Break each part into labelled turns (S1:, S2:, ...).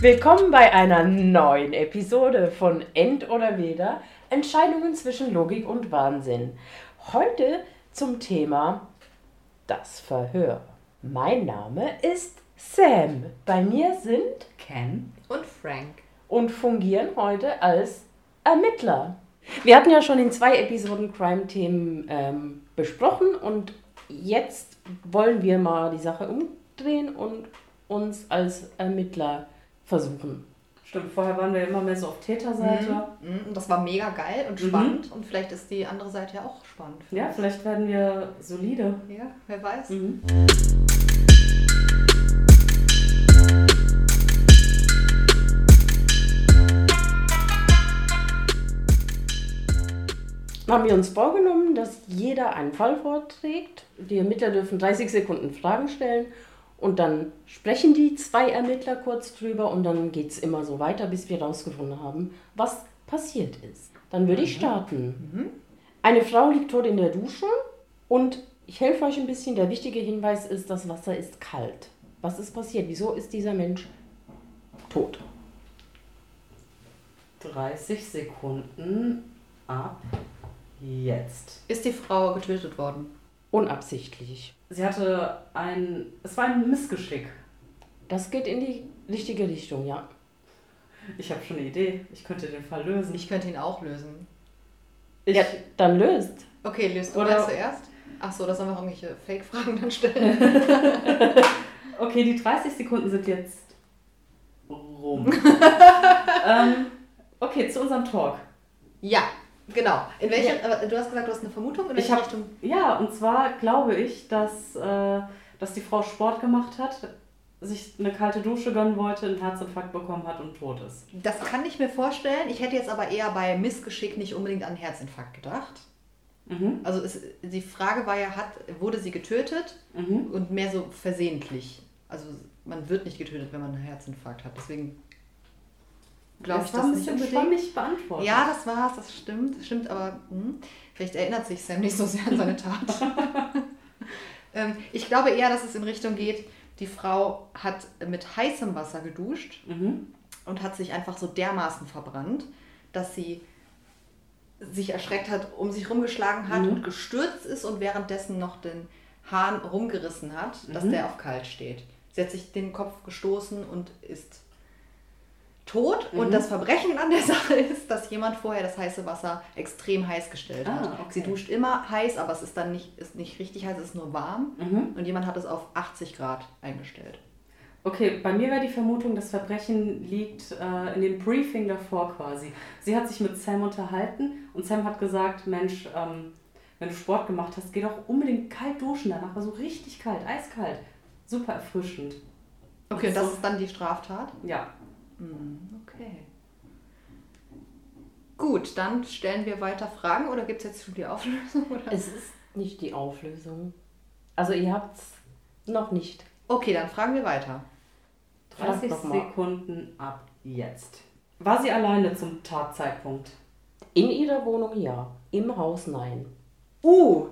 S1: Willkommen bei einer neuen Episode von End oder Weder: Entscheidungen zwischen Logik und Wahnsinn. Heute zum Thema das Verhör. Mein Name ist Sam. Bei mir sind
S2: Ken und Frank.
S1: und fungieren heute als Ermittler. Wir hatten ja schon in zwei Episoden Crime-Themen ähm, besprochen und jetzt wollen wir mal die Sache umdrehen und uns als Ermittler versuchen.
S3: Stimmt, vorher waren wir immer mehr so auf Täterseite.
S2: Mhm. Und das war mega geil und
S3: Mhm.
S2: spannend. Und vielleicht ist die andere Seite ja auch spannend.
S3: Ja, vielleicht werden wir solide.
S2: Ja, wer weiß.
S3: Mhm.
S1: Haben wir uns vorgenommen, dass jeder einen Fall vorträgt. Die Ermittler dürfen 30 Sekunden Fragen stellen und dann sprechen die zwei Ermittler kurz drüber und dann geht es immer so weiter, bis wir rausgefunden haben, was passiert ist. Dann würde ich starten. Eine Frau liegt tot in der Dusche und ich helfe euch ein bisschen. Der wichtige Hinweis ist, das Wasser ist kalt. Was ist passiert? Wieso ist dieser Mensch tot?
S3: 30 Sekunden ab jetzt.
S2: Ist die Frau getötet worden?
S1: Unabsichtlich.
S3: Sie hatte ein. Es war ein Missgeschick.
S1: Das geht in die richtige Richtung, ja.
S3: Ich habe schon eine Idee. Ich könnte den Fall lösen.
S2: Ich könnte ihn auch lösen.
S3: ich,
S1: ja dann löst.
S2: Okay, löst du
S3: Oder-
S2: mal zuerst? Ach so, das sollen wir auch irgendwelche Fake-Fragen dann stellen.
S3: Okay, die 30 Sekunden sind jetzt rum. ähm, okay, zu unserem Talk.
S2: ja, genau. In welche, aber du hast gesagt, du hast eine Vermutung? In
S3: Ich
S2: welche
S3: hab,
S2: Richtung?
S3: ja, und zwar glaube ich, dass, äh, dass die Frau Sport gemacht hat, sich eine kalte Dusche gönnen wollte, einen Herzinfarkt bekommen hat und tot ist.
S2: Das kann ich mir vorstellen. Ich hätte jetzt aber eher bei Missgeschick nicht unbedingt an Herzinfarkt gedacht.
S3: Mhm.
S2: Also es, die Frage war ja, hat, wurde sie getötet
S3: Mhm.
S2: und mehr so versehentlich. Also man wird nicht getötet, wenn man einen Herzinfarkt hat. Deswegen glaube ich
S3: war
S2: das
S3: ein
S2: nicht
S3: bisschen
S2: unbedingt.
S3: schwammig beantwortet.
S2: Ja, das war's, das stimmt, das stimmt, aber hm, vielleicht erinnert sich Sam nicht so sehr an seine Tat. ähm, ich glaube eher, dass es in Richtung geht, die Frau hat mit heißem Wasser geduscht
S3: Mhm.
S2: und hat sich einfach so dermaßen verbrannt, dass sie sich erschreckt hat, um sich rumgeschlagen hat
S3: Mhm.
S2: und gestürzt ist und währenddessen noch den Hahn rumgerissen hat, dass
S3: Mhm.
S2: der auf kalt steht. Sie hat sich den Kopf gestoßen und ist tot.
S3: Mhm.
S2: Und das Verbrechen an der Sache ist, dass jemand vorher das heiße Wasser extrem heiß gestellt
S3: Ah,
S2: hat.
S3: okay.
S2: Sie duscht immer heiß, aber es ist dann nicht, ist nicht richtig heiß, es ist nur warm.
S3: Mhm.
S2: Und jemand hat es auf 80 Grad eingestellt.
S3: Okay, bei mir wäre die Vermutung, das Verbrechen liegt äh, in dem Briefing davor quasi. Sie hat sich mit Sam unterhalten und Sam hat gesagt, Mensch, ähm, wenn du Sport gemacht hast, geh doch unbedingt kalt duschen. Danach war so richtig kalt, eiskalt. Super erfrischend.
S2: Okay, und
S3: so-
S2: das ist dann die Straftat?
S3: Ja. Mhm,
S2: Hm, Okay. Gut, dann stellen wir weiter Fragen oder gibt es jetzt schon die Auflösung? Oder?
S1: Es ist nicht die Auflösung. Also ihr habt es noch nicht.
S2: Okay, dann fragen wir weiter.
S1: Verdammt
S3: 30
S1: noch mal.
S3: Sekunden ab jetzt. War sie alleine zum Tatzeitpunkt?
S1: In ihrer Wohnung ja, im Haus nein.
S2: Uh,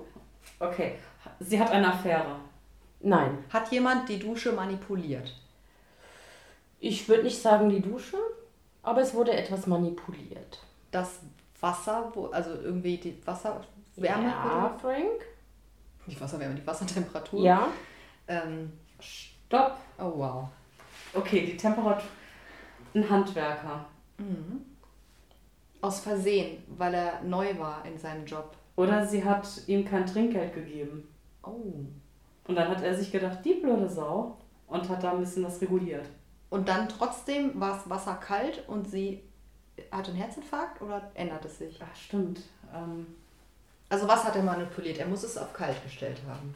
S3: Okay. Sie hat eine Affäre.
S1: Nein,
S2: hat jemand die Dusche manipuliert?
S1: ich würde nicht sagen die Dusche, aber es wurde etwas manipuliert.
S2: Das Wasser, wo, also irgendwie die Wasserwärme?
S1: ja,
S2: oder?
S1: Frank?
S2: Die Wasserwärme, die Wassertemperatur?
S1: Ja.
S2: Ähm,
S3: Stopp.
S2: oh wow.
S3: Okay, die Temperatur. Ein Handwerker.
S2: Aus Versehen, weil er neu war in seinem Job.
S3: Oder sie hat ihm kein Trinkgeld gegeben.
S2: Oh.
S3: Und dann hat er sich gedacht, die blöde Sau. Und hat da ein bisschen was reguliert.
S2: Und dann trotzdem war es Wasser kalt und sie hatte einen Herzinfarkt oder ändert es sich?
S3: Ach, stimmt. Ähm,
S2: Also was hat er manipuliert? Er muss es auf kalt gestellt haben.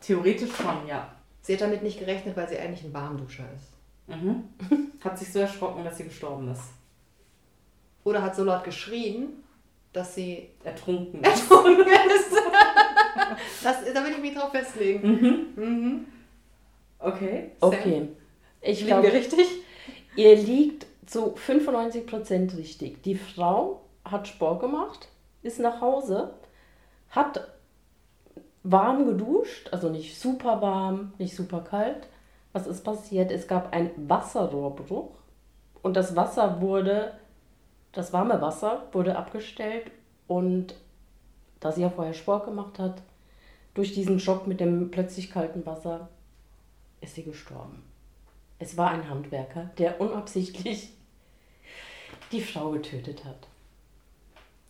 S3: theoretisch schon, ja.
S2: Sie hat damit nicht gerechnet, weil sie eigentlich ein Warmduscher ist.
S3: Mhm. Hat sich so erschrocken, dass sie gestorben ist.
S2: Oder hat so laut geschrien, dass sie
S3: Ertrunken.
S2: ertrunken ist. das, da will ich mich drauf festlegen.
S3: Mhm.
S2: Mhm.
S3: Okay.
S2: Sam?
S1: Okay. Ich
S2: Liegen wir
S1: glaube,
S2: richtig?
S1: ihr liegt zu 95% richtig. Die Frau hat Sport gemacht, ist nach Hause, hat warm geduscht, also nicht super warm, nicht super kalt. Was ist passiert? Es gab einen Wasserrohrbruch Und das Wasser wurde, das warme Wasser wurde abgestellt und da sie ja vorher Sport gemacht hat, durch diesen Schock mit dem plötzlich kalten Wasser ist sie gestorben. Es war ein Handwerker, der unabsichtlich die Frau getötet hat.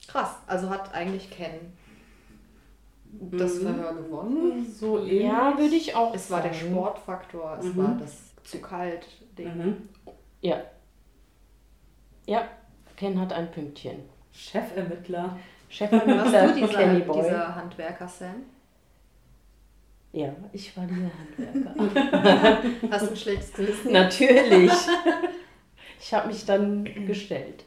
S2: Krass, also hat eigentlich Ken das
S1: Mhm.
S2: Verhör gewonnen.
S3: So ähnlich.
S1: Ja, würde ich auch.
S2: Es war der
S1: sagen.
S2: Sportfaktor, es
S3: Mhm.
S2: war das zu kalt Ding.
S3: Mhm.
S1: Ja. Ja, Ken hat ein Pünktchen.
S3: Chefermittler.
S1: Stefan
S2: Warst du
S1: Müller,
S2: dieser,
S1: Kenny Boy.
S2: dieser Handwerker, Sam?
S1: Ja, ich war dieser Handwerker.
S2: Hast du ein schlechtes Gewissen?
S1: Natürlich. Ich habe mich dann gestellt.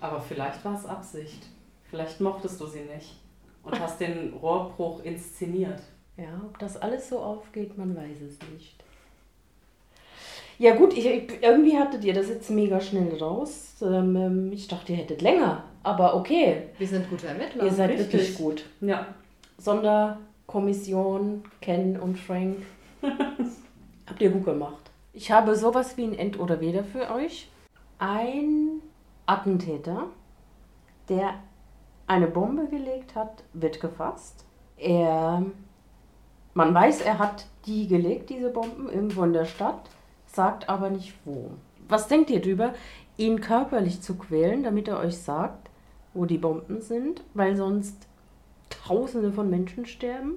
S3: Aber vielleicht war es Absicht. Vielleicht mochtest du sie nicht und hast den Rohrbruch inszeniert.
S1: Ja, ob das alles so aufgeht, man weiß es nicht. Ja gut, ich, ich, irgendwie hattet ihr das jetzt mega schnell raus. Ähm, ähm, ich dachte, ihr hättet länger. Aber okay,
S2: Wir sind gute Ermittler.
S1: ihr seid
S3: richtig.
S1: wirklich gut.
S3: Ja.
S1: Sonderkommission, Ken und Frank. Habt ihr gut gemacht. Ich habe sowas wie ein End oder Weder für euch. Ein Attentäter, der eine Bombe gelegt hat, wird gefasst. Er, man weiß, er hat die gelegt, diese Bomben, irgendwo in der Stadt, sagt aber nicht wo. Was denkt ihr drüber, ihn körperlich zu quälen, damit er euch sagt, wo die Bomben sind, weil sonst Tausende von Menschen sterben?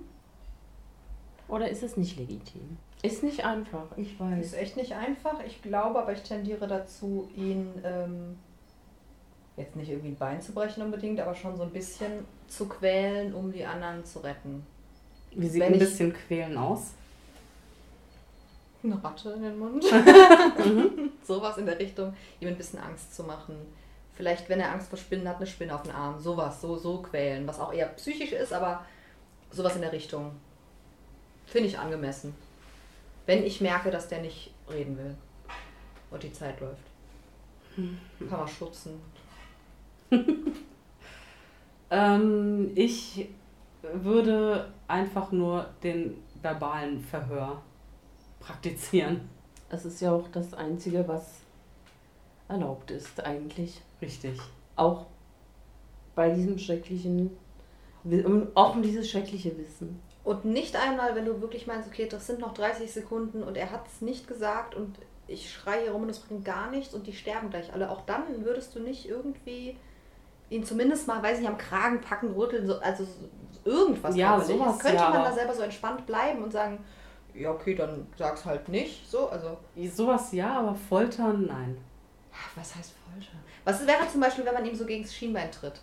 S1: Oder ist es nicht legitim? Ist nicht einfach, ich
S2: Ist
S1: weiß.
S2: echt nicht einfach. Ich glaube, aber ich tendiere dazu, ihn ähm, jetzt nicht irgendwie ein Bein zu brechen unbedingt, aber schon so ein bisschen zu quälen, um die anderen zu retten.
S3: Wie sieht
S2: Wenn
S3: ein
S2: ich-
S3: bisschen quälen aus?
S2: Eine Ratte in den Mund. sowas in der Richtung, ihm ein bisschen Angst zu machen. Vielleicht, wenn er Angst vor Spinnen hat, eine Spinne auf den Arm. Sowas, so, so quälen. Was auch eher psychisch ist, aber sowas in der Richtung. Finde ich angemessen. Wenn ich merke, dass der nicht reden will und die Zeit läuft. Kann man schubsen.
S3: Ähm, ich würde einfach nur den verbalen Verhör praktizieren.
S1: Es ist ja auch das Einzige, was erlaubt ist eigentlich.
S3: Richtig.
S1: Auch bei diesem schrecklichen, Wi- um- auch um dieses schreckliche Wissen.
S2: Und nicht einmal, wenn du wirklich meinst, okay, das sind noch 30 Sekunden und er hat es nicht gesagt und ich schreie hier rum und es bringt gar nichts und die sterben gleich alle. Auch dann würdest du nicht irgendwie ihn zumindest mal, weiß nicht, am Kragen packen, rütteln, so, also so- irgendwas.
S3: Ja,
S2: körperlich.
S3: sowas,
S2: Könnte
S3: ja,
S2: man
S3: aber-
S2: da selber so entspannt bleiben und sagen, ja, okay, dann sag's halt nicht. So, also.
S3: Sowas ja, aber foltern nein.
S2: ah, Was heißt Folter? Was wäre zum Beispiel, wenn man ihm so gegen das Schienbein tritt?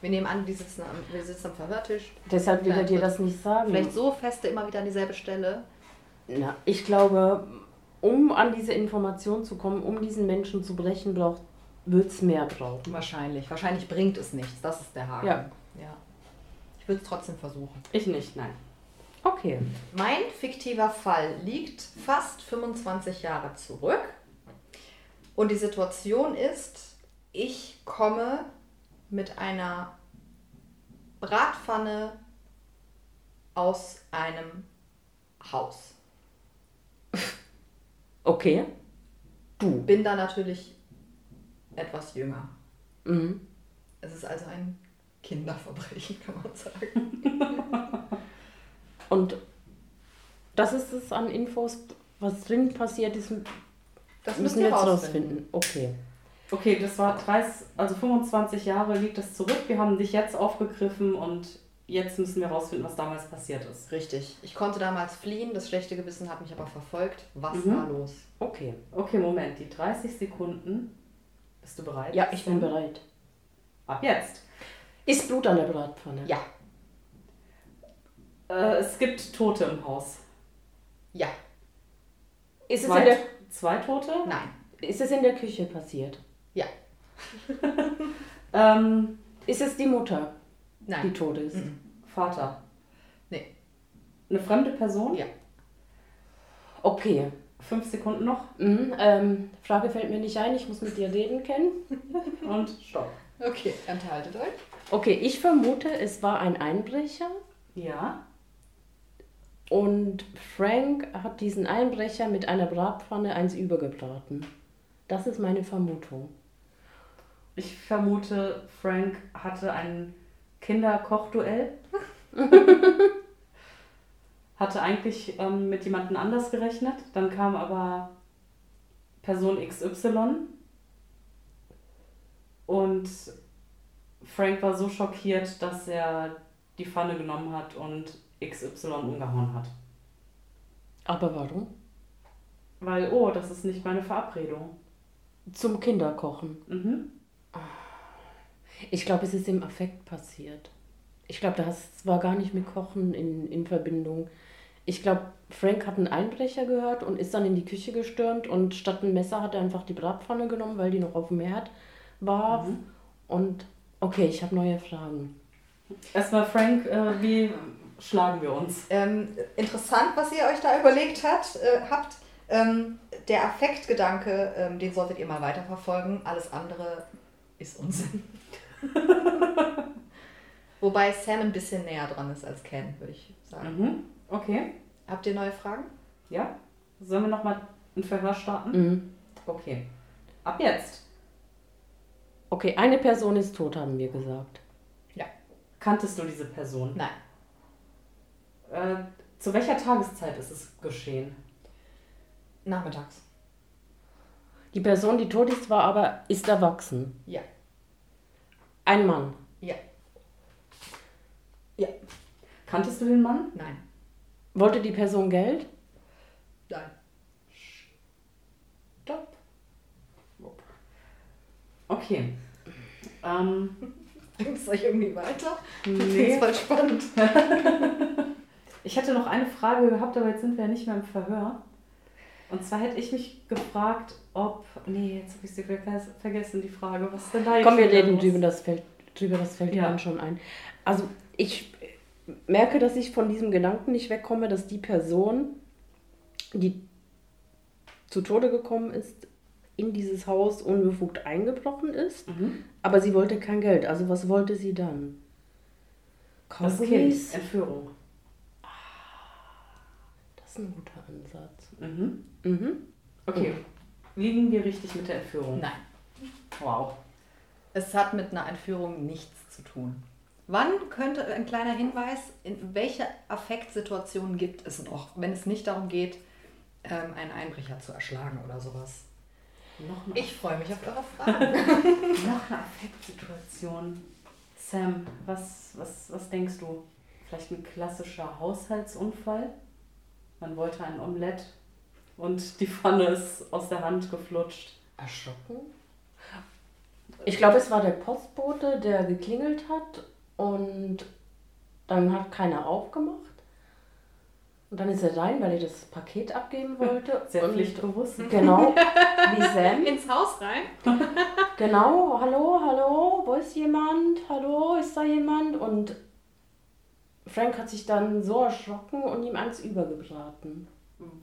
S2: Wir nehmen an, die sitzen am, wir sitzen am Verhörtisch.
S1: Deshalb will er
S2: Vielleicht
S1: dir
S2: wird-
S1: das nicht
S3: Hm.
S1: sagen.
S2: Vielleicht so feste immer wieder an dieselbe Stelle.
S1: Na, ich glaube, um an diese Information zu kommen, um diesen Menschen zu brechen, braucht wird es mehr brauchen.
S2: Wahrscheinlich. Wahrscheinlich bringt es nichts. Das ist der Haken.
S1: Ja.
S2: ja. Ich würde es trotzdem versuchen.
S3: Ich nicht, nein.
S1: Okay.
S2: Mein fiktiver Fall liegt fast 25 Jahre zurück. Und die Situation ist, ich komme mit einer Bratpfanne aus einem Haus.
S1: Okay. Du.
S2: Bin da natürlich etwas jünger.
S1: Mhm.
S2: Es ist also ein Kinderverbrechen, kann man sagen.
S1: Und das ist es an Infos, was drin passiert ist, müssen,
S2: Das
S1: wir jetzt rausfinden. Okay.
S3: Okay, das war 30, also 25 Jahre liegt das zurück. Wir haben dich jetzt aufgegriffen und jetzt müssen wir rausfinden, was damals passiert ist.
S2: Richtig. Ich konnte damals fliehen, das schlechte Gewissen hat mich aber verfolgt. Was
S3: Mhm.
S2: war los?
S1: Okay.
S3: Okay, Moment, die 30 Sekunden. Bist du bereit?
S1: Ja, ich bin bereit.
S3: Ab jetzt.
S1: Ist Blut an der Bratpfanne?
S2: Ja,
S3: Äh, es gibt Tote im Haus.
S2: ja,
S1: Ist es, in
S3: Zwei,
S1: der,
S3: zwei Tote?
S2: nein,
S1: ist es in der Küche passiert?
S2: ja,
S3: Ähm,
S1: Ist es die Mutter, die
S2: nein,
S1: tot ist?
S3: Vater.
S2: nee,
S3: Eine fremde Person?
S2: ja.
S1: Okay.
S3: Fünf Sekunden noch
S1: Mhm, ähm, Frage fällt mir nicht ein, ich muss mit dir reden kennen. Mhm.
S3: und stopp.
S2: Okay, enthaltet euch.
S1: Okay, ich vermute, es war ein Einbrecher
S3: Ja.
S1: und Frank hat diesen Einbrecher mit einer Bratpfanne eins übergebraten. Das ist meine Vermutung.
S3: Ich vermute, Frank hatte ein Kinderkochduell. hatte eigentlich ähm, mit jemandem anders gerechnet. Dann kam aber Person XY. Und Frank war so schockiert, dass er die Pfanne genommen hat und XY umgehauen hat.
S1: Aber warum?
S3: Weil, oh, das ist nicht meine Verabredung.
S1: Zum Kinderkochen.
S3: Mhm.
S1: Ich glaube, es ist im Affekt passiert. Ich glaube, das war gar nicht mit Kochen in, in Verbindung. Ich glaube, Frank hat einen Einbrecher gehört und ist dann in die Küche gestürmt und statt ein Messer hat er einfach die Bratpfanne genommen, weil die noch auf dem Herd war. Und okay, ich habe neue Fragen.
S3: Erstmal, Frank, äh, wie schlagen wir uns?
S2: Ähm, interessant, was ihr euch da überlegt hat, äh, habt. Ähm, der Affektgedanke, ähm, den solltet ihr mal weiterverfolgen. Alles andere ist Unsinn. Wobei Sam ein bisschen näher dran ist als Ken, würde ich sagen.
S3: Mhm. Okay.
S2: Habt ihr neue Fragen?
S3: Ja. Sollen wir nochmal ein Verhör starten?
S1: Mhm.
S3: Okay. Ab jetzt.
S1: Okay, eine Person ist tot, haben wir gesagt.
S3: Kanntest du diese Person?
S2: Nein.
S3: Äh, zu welcher Tageszeit ist es geschehen?
S2: Nachmittags.
S1: Die Person, die tot ist, war aber ist erwachsen.
S2: Ja.
S1: Ein Mann.
S2: Ja.
S3: Kanntest du den Mann?
S2: Nein.
S1: Wollte die Person Geld?
S2: Nein.
S3: Stopp. Okay. Ähm,
S2: Bringt es euch irgendwie weiter?
S3: nee.
S2: Ist voll spannend.
S3: Ich hätte noch eine Frage gehabt, aber jetzt sind wir ja nicht mehr im Verhör. Und zwar hätte ich mich gefragt, ob. Nee, jetzt habe ich sie verges- vergessen, die Frage. Was ist denn da jetzt?
S1: Komm, wir
S3: wieder
S1: reden
S3: los?
S1: drüber das Feld, drüber das Feld
S3: Ja.
S1: dann schon ein. Also ich merke, dass ich von diesem Gedanken nicht wegkomme, dass die Person, die zu Tode gekommen ist, in dieses Haus unbefugt eingebrochen ist,
S3: Mhm.
S1: aber sie wollte kein Geld. Also was wollte sie dann?
S3: Das Kind,
S1: Cowboys?
S3: Entführung.
S1: Das ist ein guter Ansatz.
S3: Mhm.
S1: Mhm.
S3: Okay. Liegen wir richtig mit der Entführung?
S2: Nein.
S3: Wow.
S2: Es hat mit einer Entführung nichts zu tun. Wann könnte ein kleiner Hinweis, in welche Affektsituationen gibt es noch, wenn es nicht darum geht, ähm, einen Einbrecher zu erschlagen oder sowas?
S3: Noch eine,
S2: Ich freue mich auf eure Fragen.
S3: noch eine Affektsituation. Sam, was, was, was denkst du? Vielleicht ein klassischer Haushaltsunfall? Man wollte ein Omelett und die Pfanne ist aus der Hand geflutscht.
S1: Erschrocken? Ich glaube, es war der Postbote, der geklingelt hat und dann hat keiner aufgemacht. Und dann ist er rein, weil er das Paket abgeben wollte.
S3: Sehr
S1: und
S3: pflichtbewusst.
S1: Genau, wie Sam.
S2: Ins Haus rein?
S1: Genau, hallo, hallo, wo ist jemand? Hallo, ist da jemand? Und Frank hat sich dann so erschrocken und ihm eins übergebraten.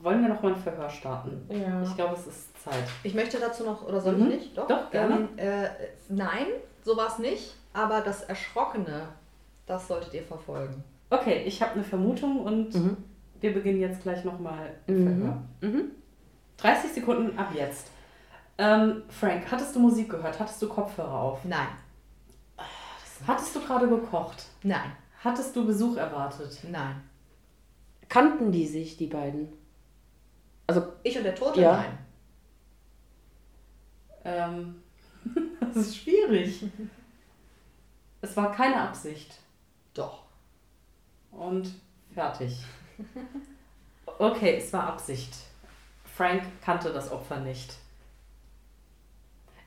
S3: Wollen wir nochmal ein Verhör starten?
S1: Ja.
S3: Ich glaube, es ist Zeit.
S2: Ich möchte dazu noch, oder soll
S3: Mhm.
S2: ich nicht?
S3: Doch, gerne.
S2: Ähm, äh, nein, so war es nicht, aber das Erschrockene, das solltet ihr verfolgen.
S3: Okay, ich habe eine Vermutung und
S1: Mhm.
S3: wir beginnen jetzt gleich nochmal ein Verhör.
S1: Mhm. Mhm.
S3: 30 Sekunden ab jetzt. Ähm, Frank, hattest du Musik gehört? Hattest du Kopfhörer auf?
S2: Nein,
S3: Hattest du gerade gekocht?
S2: nein,
S3: Hattest du Besuch erwartet?
S2: nein.
S1: Kannten die sich, die beiden? Also
S2: Ich und der Tote?
S1: Ja.
S2: Nein.
S3: Ähm, das ist schwierig. es war keine Absicht.
S2: Doch.
S3: Und fertig. Okay, es war Absicht. Frank kannte das Opfer nicht.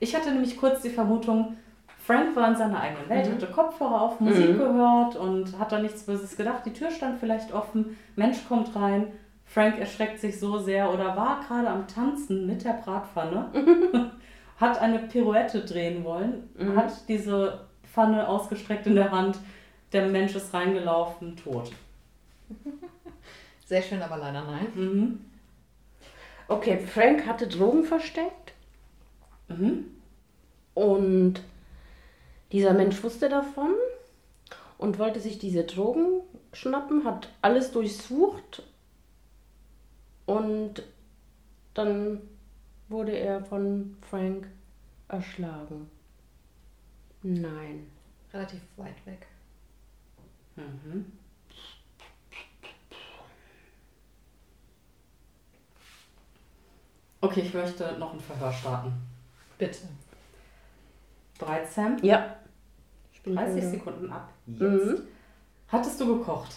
S3: Ich hatte nämlich kurz die Vermutung, Frank war in seiner eigenen Welt, hatte Kopfhörer auf, Musik
S1: Mhm.
S3: gehört und hat da nichts Böses gedacht. Die Tür stand vielleicht offen, Mensch kommt rein. Frank erschreckt sich so sehr oder war gerade am Tanzen mit der Bratpfanne, hat eine Pirouette drehen wollen,
S1: Mhm.
S3: hat diese Pfanne ausgestreckt in der Hand. Der Mensch ist reingelaufen, tot.
S2: Sehr schön, aber leider nein.
S3: Mhm.
S1: Okay, Frank hatte Drogen versteckt
S3: Mhm.
S1: und dieser Mensch wusste davon und wollte sich diese Drogen schnappen, hat alles durchsucht und dann wurde er von Frank erschlagen. Nein.
S2: Relativ weit weg.
S3: Mhm. Okay, ich möchte noch ein Verhör starten.
S2: Bitte.
S3: 13,
S1: Ja.
S3: 30
S1: Spielfelder.
S3: Sekunden ab. Jetzt.
S1: Mhm.
S3: Hattest du gekocht?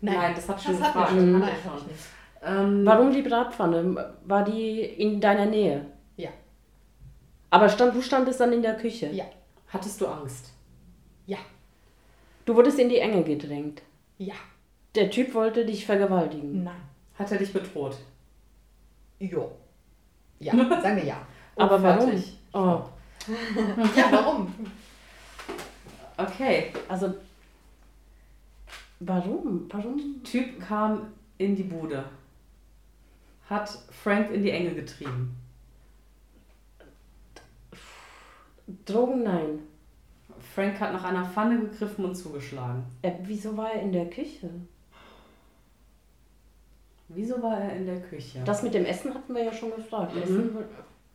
S3: Nein, das hat schon
S2: das hat
S3: gefragt.
S2: mir schon.
S3: Mhm.
S2: Nein, hab ich nicht.
S3: Ähm,
S1: Warum die Bratpfanne? War die in deiner Nähe?
S2: Ja.
S1: Aber stand, du standest dann in der Küche.
S2: Ja.
S3: Hattest du Angst?
S2: Ja.
S1: Du wurdest in die Enge gedrängt.
S2: Ja.
S1: Der Typ wollte dich vergewaltigen.
S2: Nein.
S3: Hat er dich bedroht?
S2: Jo. Ja, sagen wir ja.
S1: Aber warum?
S3: Fertig.
S1: Oh.
S2: Ja, warum?
S3: Okay.
S1: Also, warum? Warum?
S3: Typ kam in die Bude. Hat Frank in die Enge getrieben.
S1: Drogen, nein.
S3: Frank hat nach einer Pfanne gegriffen und zugeschlagen.
S1: Äh, wieso war er in der Küche?
S3: Wieso war er in der Küche?
S1: Das mit dem Essen hatten wir ja schon gefragt.
S3: Mhm.
S1: Essen wohl-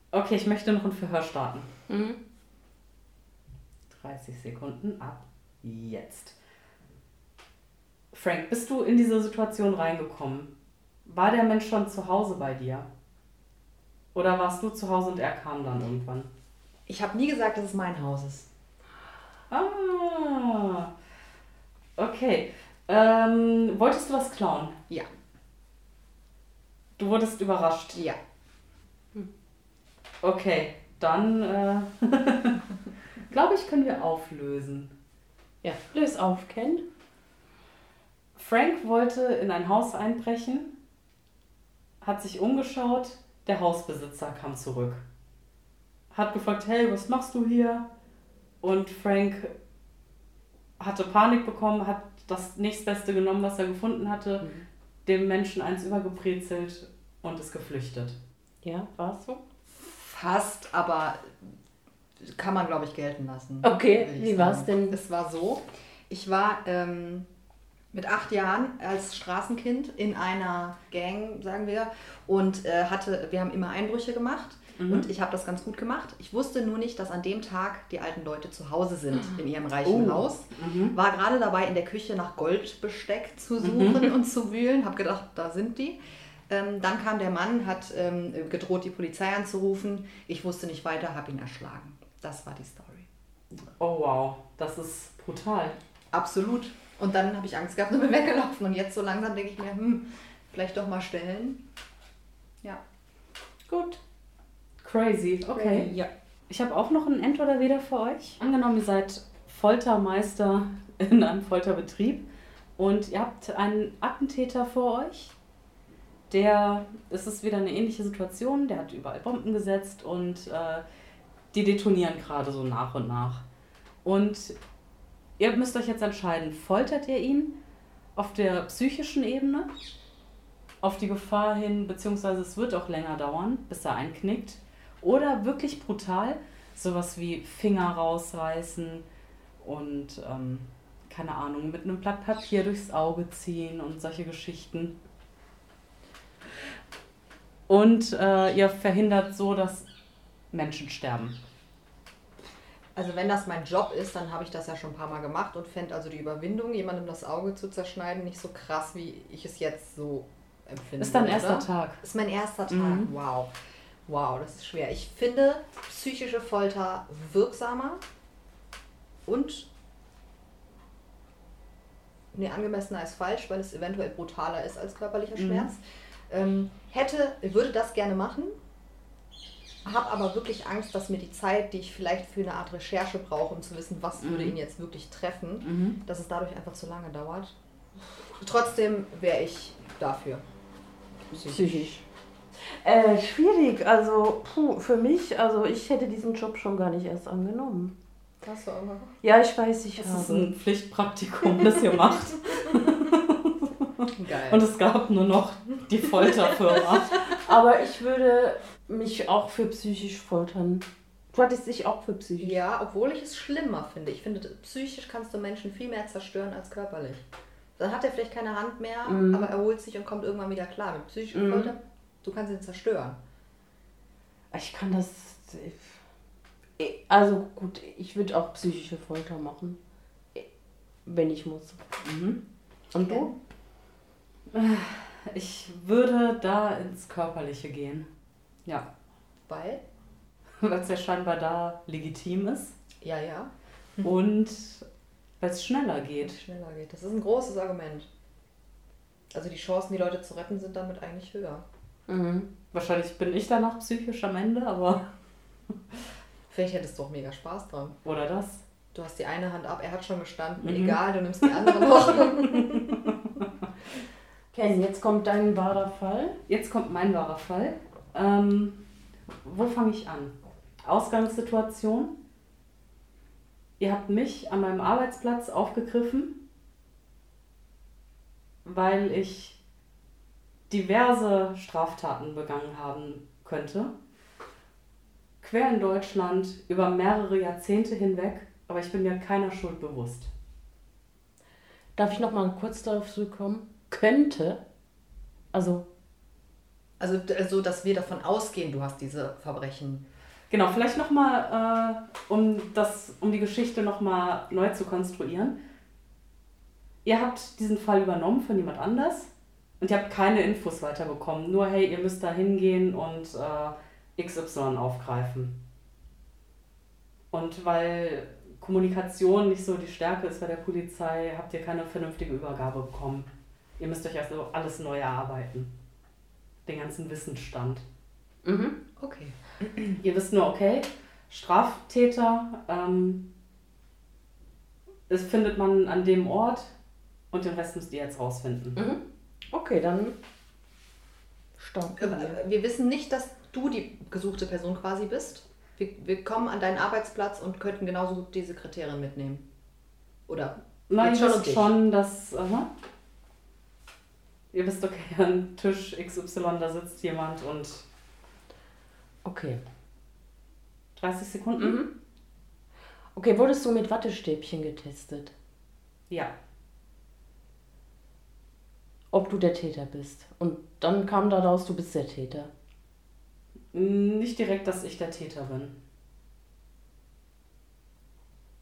S3: okay, ich möchte noch ein Verhör starten.
S1: Mhm.
S3: 30 Sekunden ab jetzt. Frank, bist du in diese Situation reingekommen? War der Mensch schon zu Hause bei dir? Oder warst du zu Hause und er kam dann irgendwann?
S2: Ich habe nie gesagt, dass es mein Haus ist.
S3: Ah, okay. Ähm, wolltest du was klauen?
S2: Ja.
S3: Du wurdest überrascht.
S2: Ja.
S3: Okay, dann äh, glaube ich, können wir auflösen.
S1: Ja, löse auf, Ken.
S3: Frank wollte in ein Haus einbrechen, hat sich umgeschaut, der Hausbesitzer kam zurück. Hat gefragt, hey, was machst du hier? Und Frank hatte Panik bekommen, hat das nächstbeste genommen, was er gefunden hatte, dem Menschen eins übergebrezelt und ist geflüchtet.
S1: Ja, war es so?
S2: Fast, aber kann man, glaube ich, gelten lassen.
S1: Okay,
S2: würde ich
S1: wie war's
S2: sagen.
S1: denn?
S2: Es war so, ich war ähm, mit acht Jahren als Straßenkind in einer Gang, sagen wir, und äh, hatte, wir haben immer Einbrüche gemacht und ich habe das ganz gut gemacht. Ich wusste nur nicht, dass an dem Tag die alten Leute zu Hause sind in ihrem reichen
S3: Oh.
S2: Haus. War gerade dabei, in der Küche nach Goldbesteck zu suchen und zu wühlen. Habe gedacht, da sind die. Ähm, dann kam der Mann, hat ähm, gedroht, die Polizei anzurufen. Ich wusste nicht weiter, habe ihn erschlagen. Das war die Story.
S3: Oh wow, das ist brutal.
S2: Absolut. Und dann habe ich Angst gehabt und bin weggelaufen. Und jetzt so langsam denke ich mir, hm, vielleicht doch mal stellen. Ja.
S1: Gut.
S3: Crazy, okay.
S2: Ja.
S3: Ich habe auch noch ein Ent oder Weder für euch. Angenommen, ihr seid Foltermeister in einem Folterbetrieb und ihr habt einen Attentäter vor euch. Der, es ist wieder eine ähnliche Situation, der hat überall Bomben gesetzt und äh, die detonieren gerade so nach und nach. Und ihr müsst euch jetzt entscheiden, foltert ihr ihn auf der psychischen Ebene, auf die Gefahr hin, beziehungsweise es wird auch länger dauern, bis er einknickt, oder wirklich brutal, sowas wie Finger rausreißen und ähm, keine Ahnung, mit einem Blatt Papier durchs Auge ziehen und solche Geschichten. Und äh, ihr verhindert so, dass Menschen sterben.
S2: Also wenn das mein Job ist, dann habe ich das ja schon ein paar Mal gemacht und fände also die Überwindung, jemandem das Auge zu zerschneiden, nicht so krass, wie ich es jetzt so empfinde.
S3: Ist dein
S2: oder?
S3: erster Tag.
S2: Ist mein erster Tag.
S3: Mhm.
S2: Wow. Wow, das ist schwer. Ich finde psychische Folter wirksamer und nee, angemessener als falsch, weil es eventuell brutaler ist als körperlicher
S3: Mhm.
S2: Schmerz. Ähm, hätte, würde das gerne machen, habe aber wirklich Angst, dass mir die Zeit, die ich vielleicht für eine Art Recherche brauche, um zu wissen, was würde
S3: Mhm.
S2: ihn jetzt wirklich treffen,
S3: Mhm.
S2: dass es dadurch einfach zu lange dauert. Trotzdem wäre ich dafür.
S1: Psychisch. Äh, schwierig. Also, puh, für mich, also ich hätte diesen Job schon gar nicht erst angenommen.
S2: Hast du auch mal
S1: Ja, ich weiß, ich
S3: Das ist
S1: habe.
S3: ein Pflichtpraktikum, das ihr macht.
S2: Geil.
S3: Und es gab nur noch die Folterfirma.
S1: Aber ich würde mich auch für psychisch foltern. Du hattest dich auch für psychisch.
S2: ja, obwohl ich es schlimmer finde. Ich finde, psychisch kannst du Menschen viel mehr zerstören als körperlich. Dann hat er vielleicht keine Hand mehr,
S1: Mhm.
S2: aber erholt sich und kommt irgendwann wieder klar. Mit psychischen
S1: Mhm.
S2: Folter, du kannst ihn zerstören.
S1: Ich kann das. ich- Also gut, ich würde auch psychische Folter machen. Wenn ich muss. Und du?
S3: Ich würde da ins Körperliche gehen. Ja,
S2: Weil?
S3: weil es ja scheinbar da legitim ist
S2: Ja, ja.
S3: und weil es schneller geht.
S2: Schneller geht. Das ist ein großes Argument. Also die Chancen, die Leute zu retten, sind damit eigentlich höher.
S1: Mhm.
S3: Wahrscheinlich bin ich danach psychisch am Ende, aber.
S2: Vielleicht hättest du auch mega Spaß dran.
S3: Oder das.
S2: Du hast die eine Hand ab, er hat schon gestanden.
S3: Mhm.
S2: Egal, du nimmst die andere noch.
S1: Ken, also jetzt kommt dein wahrer Fall.
S3: Jetzt kommt mein wahrer Fall. Ähm, wo fange ich an? Ausgangssituation. Ihr habt mich an meinem Arbeitsplatz aufgegriffen, weil ich diverse Straftaten begangen haben könnte. Quer in Deutschland, über mehrere Jahrzehnte hinweg, aber ich bin mir keiner Schuld bewusst.
S1: Darf ich nochmal kurz darauf zurückkommen? Könnte. Also,
S2: also d- so, dass wir davon ausgehen, du hast diese Verbrechen.
S3: Genau, vielleicht nochmal, äh, um, das- um die Geschichte nochmal neu zu konstruieren. Ihr habt diesen Fall übernommen von jemand anders und ihr habt keine Infos weiterbekommen. Nur, hey, ihr müsst da hingehen und äh, XY aufgreifen. Und weil Kommunikation nicht so die Stärke ist bei der Polizei, habt ihr keine vernünftige Übergabe bekommen. Ihr müsst euch also alles neu erarbeiten. Den ganzen Wissensstand.
S1: mhm.
S2: Okay.
S3: Ihr wisst nur, okay, Straftäter, ähm, das findet man an dem Ort und den Rest müsst ihr jetzt rausfinden.
S1: okay, dann starten wir.
S2: Wir wissen nicht, dass du die gesuchte Person quasi bist. Wir, wir kommen an deinen Arbeitsplatz und könnten genauso gut die Sekretärin mitnehmen. Oder?
S3: Na, ihr
S2: Jetzt
S3: wisst
S2: dich.
S3: schon, dass. aha. ihr wisst, okay, an Tisch XY, da sitzt jemand und
S1: Okay.
S3: 30 Sekunden?
S1: Mhm. Okay, wurdest du mit Wattestäbchen getestet?
S3: Ja.
S1: Ob du der Täter bist? Und dann kam daraus, du bist der Täter.
S3: Nicht direkt, dass ich der Täter bin.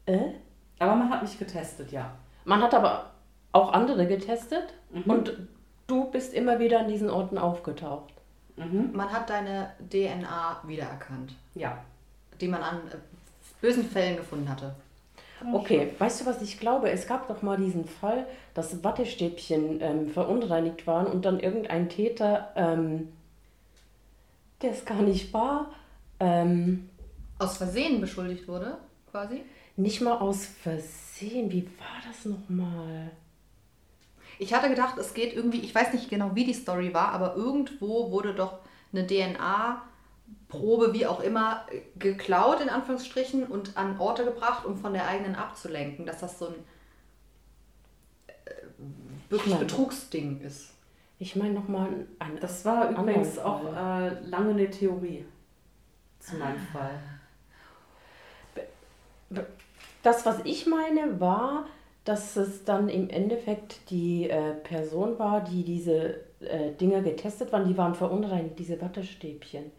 S1: Äh?
S3: Aber man hat mich getestet, ja.
S1: Man hat aber auch andere getestet
S3: Mhm.
S1: und du bist immer wieder an diesen Orten aufgetaucht.
S3: Mhm.
S2: Man hat deine DNA wiedererkannt,
S3: Ja.
S2: die man an äh, bösen Fällen gefunden hatte.
S1: Okay, weißt du was ich glaube? Es gab doch mal diesen Fall, dass Wattestäbchen ähm, verunreinigt waren und dann irgendein Täter, ähm, der es gar nicht war, ähm,
S2: Aus Versehen beschuldigt wurde, quasi.
S1: nicht mal aus Versehen. Wie war das nochmal?
S2: Ich hatte gedacht, es geht irgendwie, ich weiß nicht genau, wie die Story war, aber irgendwo wurde doch eine DNA-Probe, wie auch immer, äh, geklaut, in Anführungsstrichen, und an Orte gebracht, um von der eigenen abzulenken, dass das so ein äh, wirklich
S1: Schlau.
S2: Betrugsding ist.
S1: Ich meine nochmal an.
S3: Das war übrigens
S1: Anderen
S3: auch äh, lange eine Theorie zu meinem Fall.
S1: Das, was ich meine, war, dass es dann im Endeffekt die äh, Person war, die diese äh, Dinger getestet waren, die waren verunreinigt, diese Wattestäbchen.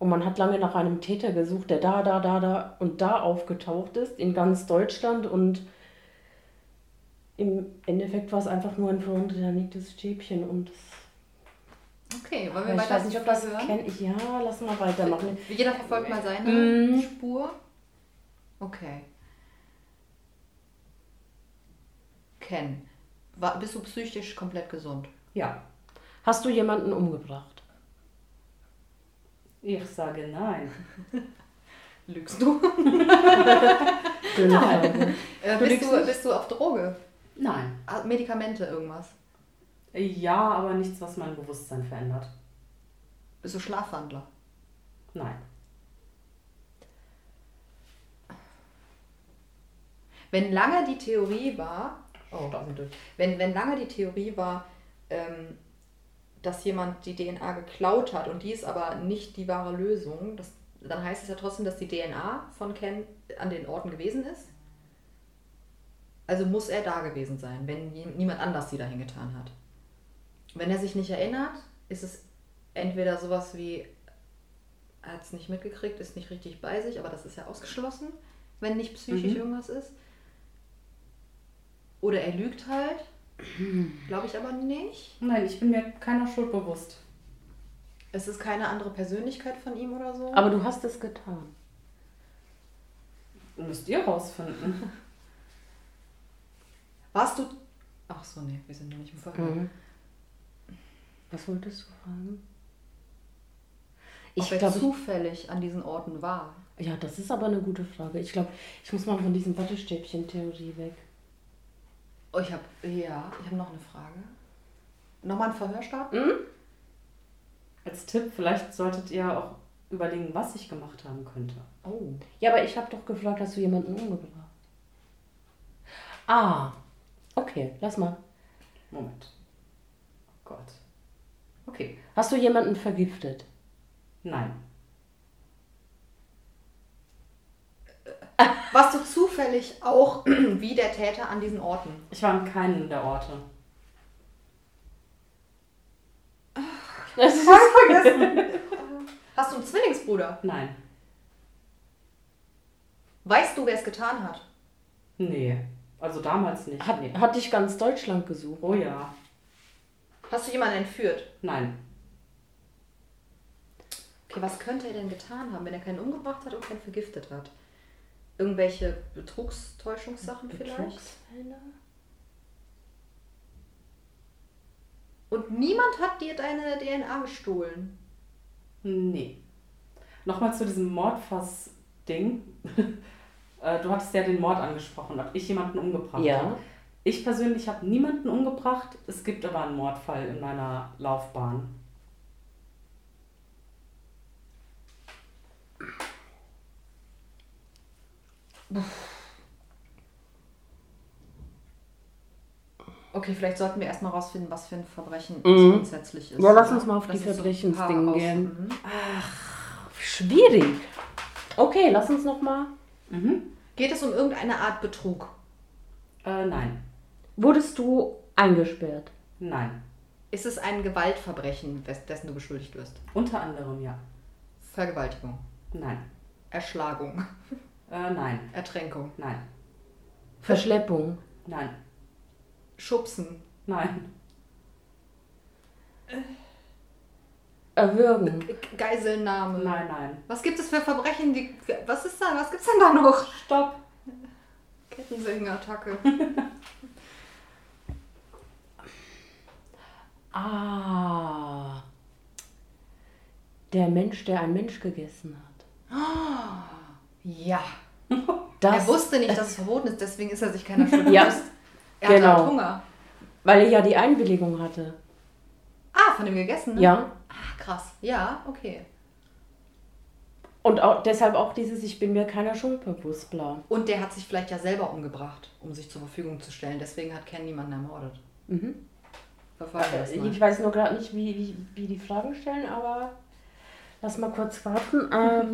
S1: Und man hat lange nach einem Täter gesucht, der da, da, da, da und da aufgetaucht ist, in ganz Deutschland. Und im Endeffekt war es einfach nur ein verunreinigtes Stäbchen. Und
S2: Okay, wollen
S1: Aber
S2: wir
S1: ich
S2: weiter
S1: weiß nicht, ob das
S2: hören?
S1: kenne ich. Ja, lass mal weitermachen.
S2: Jeder verfolgt mal seine
S1: Mm.
S2: Spur. Okay. Ken, wa- bist du psychisch komplett gesund?
S3: Ja,
S1: Hast du jemanden umgebracht?
S3: ich sage nein.
S2: Lügst du?
S3: Genau.
S1: Schöne Frage.
S2: Äh,
S3: Du
S2: bist,
S3: lügst
S2: du
S3: nicht.
S2: bist du auf Droge?
S3: Nein.
S2: Ah, Medikamente, irgendwas?
S3: Ja, aber nichts, was mein Bewusstsein verändert.
S2: Bist du Schlafwandler?
S3: Nein.
S2: Wenn lange die Theorie war, oh, da sind wir durch. wenn, wenn lange die Theorie war, ähm, dass jemand die DNA geklaut hat und die ist aber nicht die wahre Lösung, das, dann heißt es ja trotzdem, dass die DNA von Ken an den Orten gewesen ist. Also muss er da gewesen sein, wenn nie- niemand anders sie dahin getan hat. Wenn er sich nicht erinnert, ist es entweder sowas wie hat es nicht mitgekriegt, ist nicht richtig bei sich, aber das ist ja ausgeschlossen, wenn nicht psychisch
S3: Mhm.
S2: irgendwas ist. Oder er lügt halt, glaube ich aber nicht.
S3: Nein, ich bin mir keiner Schuld bewusst.
S2: Es ist keine andere Persönlichkeit von ihm oder so.
S1: Aber du hast es getan.
S3: Müsst ihr rausfinden.
S2: Warst du. Ach so, nee, wir sind noch nicht im Verhör.
S1: Mhm. Äh, Was wolltest du fragen?
S2: Ich
S1: Ich
S2: Ob er
S1: glaube,
S2: zufällig an diesen Orten war.
S1: ja, das ist aber eine gute Frage. Ich glaube, ich muss mal von diesem Wattestäbchen-Theorie weg.
S2: Oh, ich habe. Ja, ich habe noch eine Frage. Nochmal ein Verhör starten?
S3: Als Tipp, vielleicht solltet ihr auch überlegen, was ich gemacht haben könnte.
S2: Oh.
S1: Ja, aber ich habe doch gefragt, hast du jemanden umgebracht? Ah, okay, lass mal.
S3: Moment. Oh Gott. Okay.
S1: Hast du jemanden vergiftet?
S3: Nein.
S2: Warst du zufällig auch wie der Täter an diesen Orten?
S3: Ich war an keinen der Orte.
S1: Das ist
S2: vergessen. Hast du einen Zwillingsbruder?
S3: Nein.
S2: Weißt du, wer es getan hat?
S3: Nee. Also damals nicht.
S1: Hat,
S3: nee.
S1: hat dich ganz Deutschland gesucht.
S3: Oh ja.
S2: Hast du jemanden entführt?
S3: Nein.
S2: Okay, was könnte er denn getan haben, wenn er keinen umgebracht hat und keinen vergiftet hat? Irgendwelche Betrugstäuschungssachen vielleicht?
S1: Betrugsfälle?
S2: Und niemand hat dir deine DNA gestohlen.
S3: Nee. Nochmal zu diesem Mordfass-Ding. Äh, du hattest ja den Mord angesprochen, ob ich jemanden umgebracht
S1: Ja.
S3: habe. Ich persönlich habe niemanden umgebracht. Es gibt aber einen Mordfall in meiner Laufbahn.
S2: Okay, vielleicht sollten wir erstmal rausfinden, was für ein Verbrechen
S1: Mhm.
S2: es grundsätzlich ist.
S1: Ja, lass
S2: oder?
S1: uns mal auf
S2: Dass
S1: die
S2: wir so ein paar
S1: Verbrechensdinge
S2: aus-
S1: gehen.
S2: Mhm.
S1: Schwierig. Okay, lass uns noch mal.
S3: Mhm.
S2: Geht es um irgendeine Art Betrug?
S3: Äh, nein.
S1: Wurdest du eingesperrt?
S3: Nein.
S2: Ist es ein Gewaltverbrechen, wes- dessen du beschuldigt wirst?
S3: Unter anderem ja.
S2: Vergewaltigung,
S3: Nein.
S2: Erschlagung,
S3: Äh, nein.
S2: Ertränkung,
S3: Nein.
S1: Verschleppung?
S3: Nein.
S2: Schubsen,
S3: Nein.
S1: Erwürgen?
S2: Ge- Geiselnahme.
S3: Nein, nein.
S2: Was gibt es für Verbrechen, die. Was ist da? Was gibt's denn da noch?
S3: Stopp.
S2: Kettensägenattacke.
S1: Ah. Der Mensch, der ein Mensch gegessen hat.
S2: ja.
S1: Das,
S2: Er wusste nicht, dass es verboten ist, deswegen ist er sich keiner schuld
S1: Ja.
S2: bewusst. Er hatte
S1: Genau.
S2: halt Hunger.
S1: Weil ich ja die Einwilligung hatte.
S2: Ah, von dem gegessen, ne?
S1: Ja.
S2: Ah, krass. Ja, okay.
S1: Und auch, deshalb auch dieses Ich bin mir keiner Schuld bewusst, bla.
S2: Und der hat sich vielleicht ja selber umgebracht, um sich zur Verfügung zu stellen. Deswegen hat Ken niemanden ermordet.
S1: Mhm.
S2: Verfolgen wir das
S1: Äh, Ich
S2: mal.
S1: weiß nur gerade nicht, wie, wie, wie die Fragen stellen, aber lass mal kurz warten.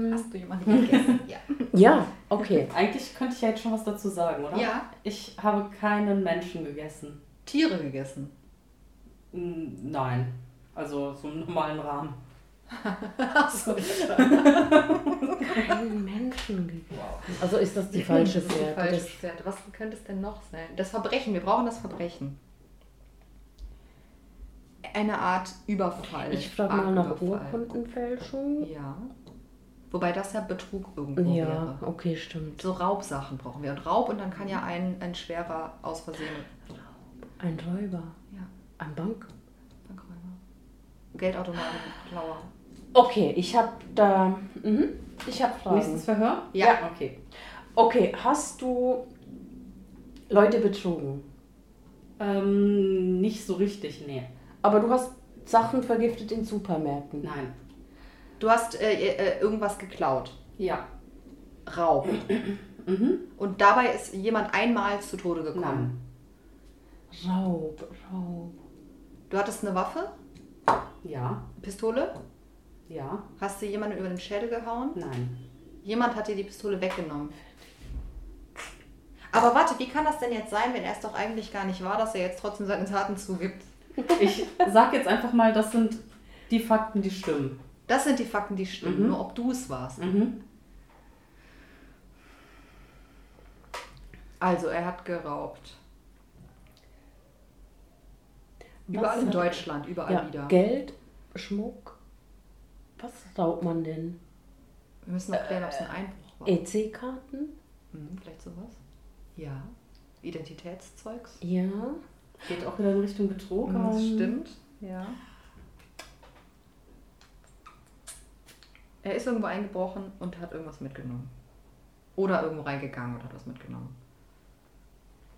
S1: Ähm,
S2: Hast du jemanden gegessen? ja.
S1: ja, okay.
S3: Eigentlich könnte ich ja jetzt schon was dazu sagen, oder?
S2: Ja.
S3: Ich habe keinen Menschen gegessen.
S2: Tiere gegessen.
S3: Mm, Nein. Also so im normalen Rahmen.
S2: Achso.
S1: Einen Menschen gegessen. Also ist das die falsche Fährte?
S2: Falsches
S1: Das-
S2: Pferd. Was könnte es denn noch sein? Das Verbrechen. Wir brauchen das Verbrechen. Eine Art Überfall.
S1: Ich frage mal nach
S2: Artüberfall.
S1: Urkundenfälschung.
S2: Ja. Wobei das ja Betrug irgendwo
S1: Ja,
S2: wäre.
S1: okay, stimmt.
S2: So Raubsachen brauchen wir. Und Raub und dann kann ja ein, ein schwerer aus Versehen.
S1: Ein Räuber.
S2: Ja,
S1: Ein Bank.
S2: Bankräuber. Geldautomatenklauer.
S1: Okay, ich habe da. Mhm, ich habe Fragen.
S3: Nächstes Verhör?
S2: Ja.
S3: Okay.
S1: Okay, hast du Leute betrogen?
S3: Ähm, nicht so richtig, nee.
S1: Aber du hast Sachen vergiftet in Supermärkten.
S3: Nein.
S2: Du hast äh, äh, irgendwas geklaut.
S3: Ja.
S2: Raub.
S3: Mhm.
S2: Und dabei ist jemand einmal zu Tode gekommen.
S3: Nein.
S1: Raub, Raub.
S2: Du hattest eine Waffe,
S3: Ja.
S2: Pistole,
S3: Ja.
S2: hast dir jemanden über den Schädel gehauen.
S3: Nein.
S2: Jemand hat dir die Pistole weggenommen. Aber warte, wie kann das denn jetzt sein, wenn er es doch eigentlich gar nicht war, dass er jetzt trotzdem seine Taten zugibt?
S3: Ich sag jetzt einfach mal, das sind die Fakten, die stimmen.
S2: Das sind die Fakten, die stimmen.
S3: Mhm.
S2: Nur ob du es warst.
S3: Mhm.
S2: Also, er hat geraubt. Überall in
S1: hat-
S2: Deutschland, überall
S1: Ja,
S2: wieder.
S1: Geld, Schmuck. Was raubt man denn? E
S2: Wir müssen noch klären, ob es
S1: Äh,
S2: ein Einbruch war.
S1: EC-Karten?
S2: Hm, vielleicht sowas? Ja. Identitätszeugs?
S1: Ja.
S3: Geht auch wieder in Richtung Betrug.
S2: Hm, Das
S3: ähm,
S2: stimmt. Ja. Er ist irgendwo eingebrochen und hat irgendwas mitgenommen. Oder irgendwo reingegangen und hat was mitgenommen.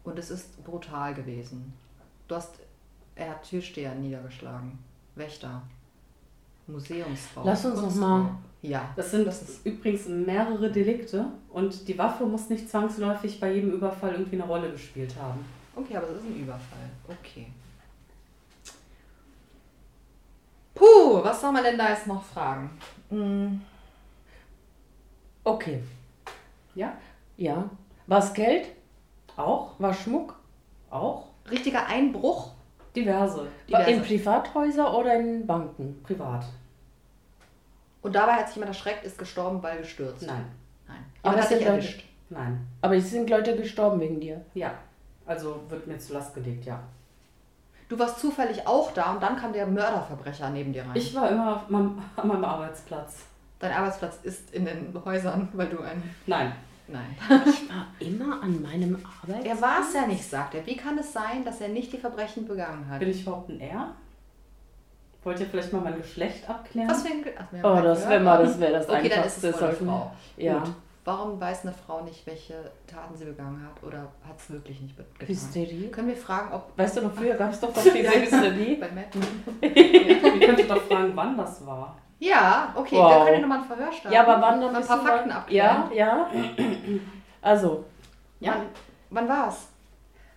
S2: Und es ist brutal gewesen. Du hast, er hat Türsteher niedergeschlagen. Wächter. Museumsbau.
S1: Lass uns noch mal-
S2: Ja.
S3: Das sind
S2: Das ist-
S3: übrigens mehrere Delikte und die Waffe muss nicht zwangsläufig bei jedem Überfall irgendwie eine Rolle gespielt haben.
S2: Okay, aber es ist ein Überfall. Okay. Puh, was soll man denn da jetzt noch fragen? Hm,
S1: Okay.
S3: Ja,
S1: Ja. War es Geld?
S3: auch,
S1: War Schmuck?
S3: auch
S2: Richtiger Einbruch?
S3: diverse,
S1: War in
S2: Diverse.
S1: Privathäuser oder in Banken?
S3: privat.
S2: Und dabei hat sich jemand erschreckt, ist gestorben, weil gestürzt.
S3: Nein,
S2: Nein.
S1: Aber
S2: Aber
S1: das
S2: hat dich
S1: sind Leute-
S2: erwischt.
S3: nein,
S1: Aber es sind Leute gestorben wegen dir.
S3: ja. Also wird mir zu Last gelegt, ja.
S2: Du warst zufällig auch da und dann kam der Mörderverbrecher neben dir rein.
S3: Ich war immer auf meinem, an meinem Arbeitsplatz.
S2: Dein Arbeitsplatz ist in den Häusern, weil du ein.
S3: Nein,
S2: Nein.
S1: Ich war immer an meinem Arbeit.
S2: Er war es ja nicht, sagt er. Wie kann es sein, dass er nicht die Verbrechen begangen hat?
S3: bin ich überhaupt ein R? Wollt ihr vielleicht mal mein Geschlecht abklären?
S2: Was für ein. Ge- Ach, wir haben
S1: Oh,
S2: keinen
S1: das wäre
S2: gehört.
S1: mal, das wäre das
S2: Okay, dann ist
S1: Einfachste.
S2: es wohl eine
S1: sollten-
S2: Frau.
S1: Ja.
S2: Gut. Warum weiß eine Frau nicht, welche Taten sie begangen hat oder hat es wirklich nicht be- getan?
S1: Hysterie?
S2: Können wir fragen, ob
S1: Weißt du noch, früher gab es doch was diese Hysterie.
S2: bei Madden?
S3: Ihr könntet doch fragen, wann das war.
S2: Ja, okay,
S1: Wow.
S2: da können wir nochmal ein Verhör starten.
S1: Ja, aber wann dann
S2: Mal ein
S1: wissen
S2: paar
S1: wir-
S2: Fakten
S1: Ja,
S2: abklären.
S1: ja. Also,
S3: Ja.
S2: Wann, wann war's?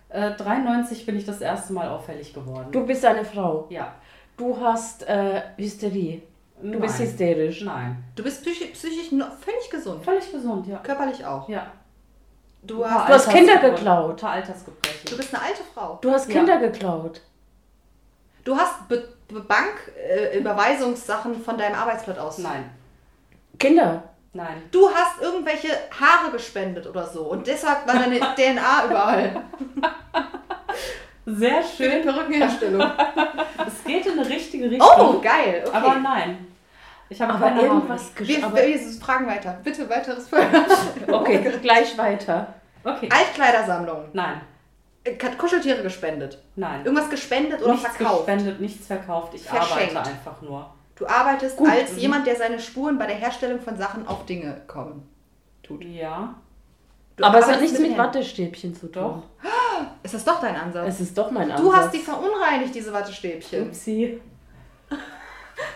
S3: Äh, 93 bin ich das erste Mal auffällig geworden.
S1: du bist eine Frau.
S3: Ja.
S1: Du hast äh, Hysterie. Du
S3: Nein.
S1: bist hysterisch.
S3: Nein.
S2: Du bist psychisch, psychisch noch völlig gesund.
S3: Völlig gesund, ja.
S2: Körperlich auch.
S3: Ja.
S2: Du
S1: Genau. Du
S2: hast,
S1: hast Kinder
S3: Altersgebrüche.
S1: geklaut.
S3: Unter Altersgebrechen.
S2: du bist eine alte Frau.
S1: Du hast
S3: Ja.
S1: Kinder geklaut.
S2: Du hast Be Be Bank äh, Überweisungssachen von deinem Arbeitsplatz aus.
S3: Nein,
S1: Kinder.
S3: nein.
S2: Du hast irgendwelche Haare gespendet oder so und deshalb war deine DNA überall.
S3: Sehr
S2: Für die
S3: schön.
S2: Perückenherstellung.
S3: Es geht in eine richtige Richtung.
S2: Oh, geil. Okay.
S3: Aber nein. Ich habe
S1: Aber
S3: keine
S1: irgendwas
S2: Wir,
S1: geschah.
S2: wir fragen weiter. Bitte weiteres Feuer.
S1: Okay, gleich weiter.
S3: Haare. Okay.
S2: Altkleidersammlung.
S3: Nein,
S2: Äh, Kat- Kuscheltiere gespendet.
S3: nein.
S2: Irgendwas gespendet oder
S3: nichts
S2: verkauft.
S3: gespendet, nichts verkauft. Ich
S2: Verschenkt.
S3: arbeite einfach nur.
S2: Du arbeitest
S1: Gut,
S2: als
S1: mhm.
S2: jemand, der seine Spuren bei der Herstellung von Sachen auf Dinge kommen.
S3: Ja.
S2: Du
S1: Aber es hat
S2: arbeitest
S1: nichts mit
S2: Händen.
S1: Wattestäbchen zu tun.
S3: Doch.
S2: Ist das doch dein Ansatz?
S1: Es ist doch mein Ansatz.
S2: du hast die verunreinigt, diese Wattestäbchen.
S1: Upsi.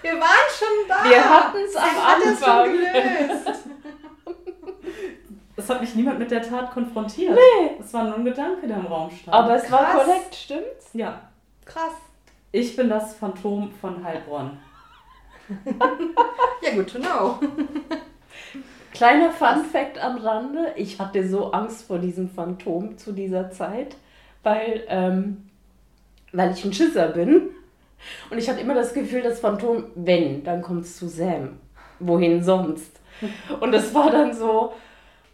S2: Wir waren schon da.
S1: Wir hatten's am
S2: Ich hatte es
S1: Anfang.
S2: schon gelöst.
S3: Es hat mich niemand mit der Tat konfrontiert.
S1: Nee.
S3: Es war nur ein Gedanke, der im Raum stand.
S1: Aber es war
S2: Krass.
S1: korrekt, stimmt's?
S3: ja.
S2: Krass.
S3: Ich bin das Phantom von Heilbronn.
S2: Ja, good to know.
S1: Kleiner Fun Fact am Rande: Ich hatte so Angst vor diesem Phantom zu dieser Zeit, weil, ähm, weil ich ein Schisser bin. Und ich hatte immer das Gefühl, das Phantom, wenn, dann kommt es zu Sam. Wohin sonst? Und es war dann so,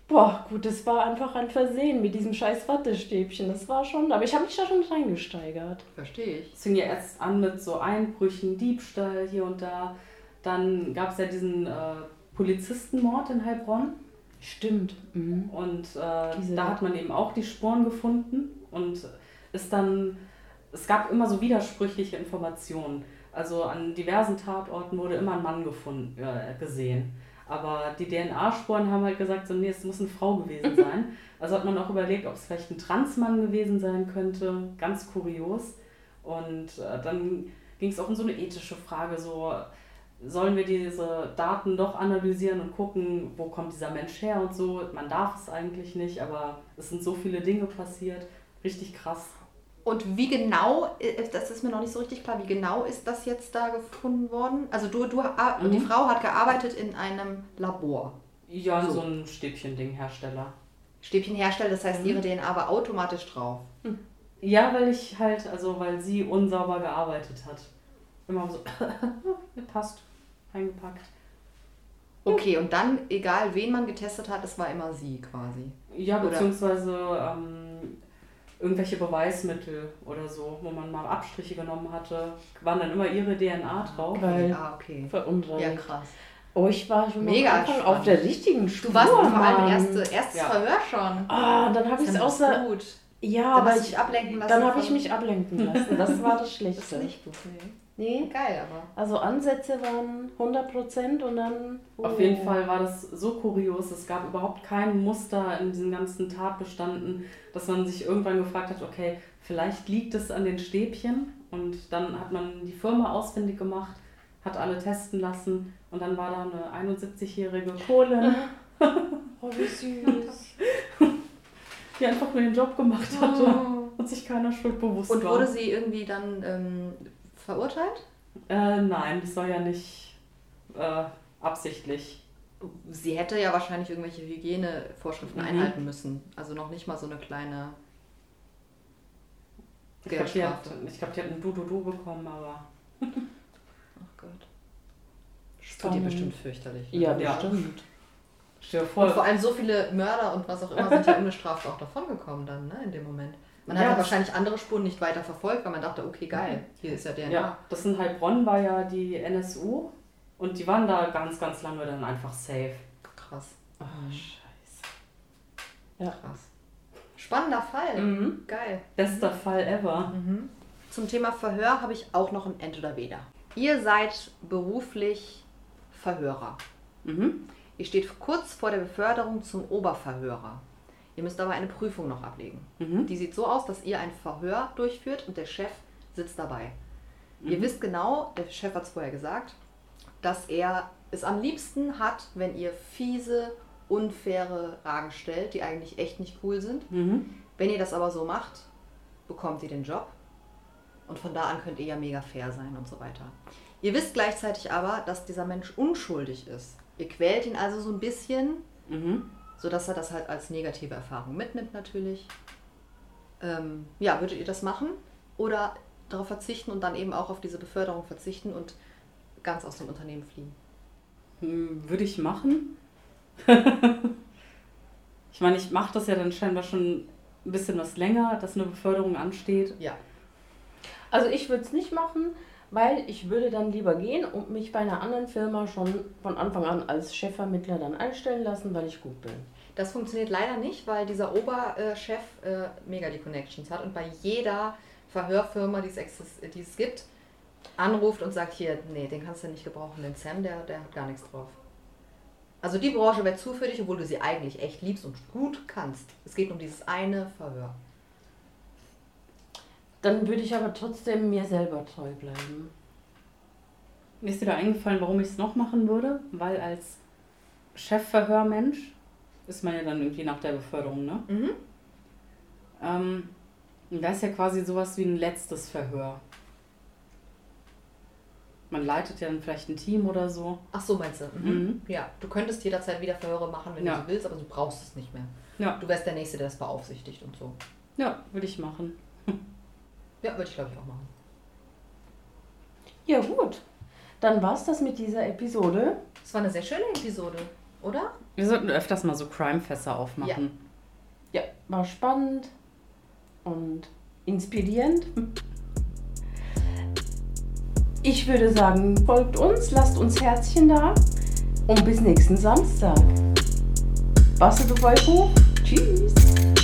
S1: boah, gut, das war einfach ein Versehen mit diesem scheiß Wattestäbchen. Das war schon, aber ich habe mich da schon reingesteigert.
S2: Verstehe ich.
S3: Es fing ja erst an mit so Einbrüchen, Diebstahl hier und da. Dann gab es ja diesen äh, Polizistenmord in Heilbronn.
S1: Stimmt. Mhm.
S3: Und äh,
S1: Diese-
S3: da hat man eben auch die Sporen gefunden und ist dann, es gab immer so widersprüchliche Informationen. Also an diversen Tatorten wurde immer ein Mann gefunden, äh, gesehen. Aber die DNA-Sporen haben halt gesagt, so, nee, es muss eine Frau gewesen sein. Also hat man auch überlegt, ob es vielleicht ein Transmann gewesen sein könnte. Ganz kurios. Und äh, dann ging es auch um so eine ethische Frage, so sollen wir diese Daten doch analysieren und gucken, wo kommt dieser Mensch her und so. Man darf es eigentlich nicht, aber es sind so viele Dinge passiert. Richtig krass.
S2: Und wie genau, äh, das ist mir noch nicht so richtig klar, wie genau ist das jetzt da gefunden worden? Also du, du ah,
S3: Mhm.
S2: die Frau hat gearbeitet in einem Labor.
S3: Ja,
S2: So.
S3: so, ein Stäbchen-Ding-Hersteller.
S2: Stäbchen herstellt, das
S1: Mhm.
S2: heißt, ihre DNA war automatisch drauf.
S3: Ja, weil ich halt, also weil sie unsauber gearbeitet hat. Immer so, passt. reingepackt.
S2: Okay, und dann, egal wen man getestet hat, es war immer sie quasi.
S3: Ja,
S2: Oder-
S3: beziehungsweise ähm, irgendwelche Beweismittel oder so, wo man mal Abstriche genommen hatte, waren dann immer ihre DNA drauf.
S1: Weil-
S2: Ah, okay. Ja,
S1: Verunreinigt.
S2: krass.
S1: oh, ich war schon
S2: Mega
S1: am Anfang auf
S2: spannend.
S1: der richtigen Spur.
S2: Du warst vor allem
S1: Oh, Mann.
S2: erste, erstes
S3: Ja.
S2: Verhör schon.
S1: Ah, dann habe ich es
S2: Dann ist
S1: außer.
S2: gut.
S1: Ja,
S2: Dann
S1: aber
S2: hast du
S1: ich,
S2: dich ablenken lassen.
S1: dann habe
S2: von-
S1: ich mich ablenken lassen. Das war das
S2: Das ist
S1: Schlechte.
S2: nicht gut, nee.
S1: Nee,
S2: Geil, aber.
S1: also Ansätze waren 100% und dann.
S3: Auf jeden
S1: Oh.
S3: Fall war das so kurios. Es gab überhaupt kein Muster in diesen ganzen Tatbestanden, dass man sich irgendwann gefragt hat, okay, vielleicht liegt es an den Stäbchen. Und dann hat man die Firma ausfindig gemacht, hat alle testen lassen und dann war da eine 71-jährige Polin,
S1: Oh, wie süß.
S3: die einfach nur den Job gemacht hatte und sich keiner Schuld bewusst
S2: Oh. Und
S3: war.
S2: wurde sie irgendwie dann ähm, verurteilt?
S3: äh, nein, das war ja nicht äh, absichtlich.
S2: Sie hätte ja wahrscheinlich irgendwelche Hygienevorschriften
S3: Mhm.
S2: einhalten müssen. Also noch nicht mal so eine kleine
S3: Ich glaube, die, hat-
S2: Geldstrafe.
S3: ich glaub, die hat ein Du-Du-Du bekommen, aber
S2: Ach Gott. Das tut dir
S1: Spannend.
S2: bestimmt fürchterlich. ne?
S1: Ja,
S3: Ja.
S1: bestimmt.
S3: stell dir vor,
S2: Und vor allem so viele Mörder und was auch immer sind ja unbestraft auch davongekommen dann, ne, in dem Moment. Man hat
S3: Ja.
S2: ja wahrscheinlich andere Spuren nicht weiter verfolgt, weil man dachte, okay, geil, hier ist ja DNA.
S3: Ja, das in Heilbronn war ja die NSU und die waren da ganz, ganz lange dann einfach safe.
S2: Krass,
S3: Ah, scheiße.
S2: krass. Spannender Fall.
S1: Mhm.
S2: Geil.
S3: Bester Fall ever.
S2: Zum Thema Verhör habe ich auch noch ein Entweder weder. Ihr seid beruflich Verhörer.
S1: Mhm.
S2: Ihr steht kurz vor der Beförderung zum Oberverhörer. Ihr müsst aber eine Prüfung noch ablegen.
S1: Mhm.
S2: Die sieht so aus, dass ihr ein Verhör durchführt und der Chef sitzt dabei. Ihr wisst genau, der Chef hat es vorher gesagt, dass er es am liebsten hat, wenn ihr fiese, unfaire Fragen stellt, die eigentlich echt nicht cool sind.
S1: Mhm.
S2: Wenn ihr das aber so macht, bekommt ihr den Job. Und von da an könnt ihr ja mega fair sein und so weiter. Ihr wisst gleichzeitig aber, dass dieser Mensch unschuldig ist. Ihr quält ihn also so ein bisschen,
S1: Mhm.
S2: sodass er das halt als negative Erfahrung mitnimmt natürlich. Ähm, ja, würdet ihr das machen oder darauf verzichten und dann eben auch auf diese Beförderung verzichten und ganz aus dem Unternehmen fliegen?
S3: Hm, Würde ich machen. ich meine, ich mache das ja dann scheinbar schon ein bisschen was länger, dass eine Beförderung ansteht.
S2: Ja.
S1: Also ich würde es nicht machen, weil ich würde dann lieber gehen und mich bei einer anderen Firma schon von Anfang an als Chefvermittler dann einstellen lassen, weil ich gut bin.
S2: Das funktioniert leider nicht, weil dieser Oberchef äh, mega die Connections hat und bei jeder Verhörfirma, die es, exis- die es gibt, anruft und sagt, hier, nee, den kannst du nicht gebrauchen, den Sam, der, der hat gar nichts drauf. Also die Branche wäre zu für dich, obwohl du sie eigentlich echt liebst und gut kannst. Es geht um dieses eine Verhör.
S1: Dann würde ich aber trotzdem mir selber treu bleiben.
S3: Mir ist wieder eingefallen, warum ich es noch machen würde, weil als Chefverhörmensch ist man ja dann irgendwie nach der Beförderung, ne?
S2: Mhm.
S3: Ähm, und da ist ja quasi sowas wie ein letztes Verhör. Man leitet ja dann vielleicht ein Team oder so.
S2: Ach so, meinst du?
S3: Mhm.
S2: Ja, du könntest jederzeit wieder Verhöre machen, wenn
S3: Ja.
S2: du so willst, aber du brauchst es nicht mehr.
S3: Ja,
S2: Du wärst der Nächste, der das beaufsichtigt und so.
S3: ja, würde ich machen.
S2: Ja, würde ich, glaube ich, auch machen.
S1: Ja gut, dann war's das mit dieser Episode.
S2: Das war eine sehr schöne Episode, oder?
S3: Wir sollten öfters mal so Crime-Fässer aufmachen.
S1: Ja, war spannend und inspirierend. Ich würde sagen, folgt uns, lasst uns Herzchen da und bis nächsten Samstag. Wasser du Tschüss.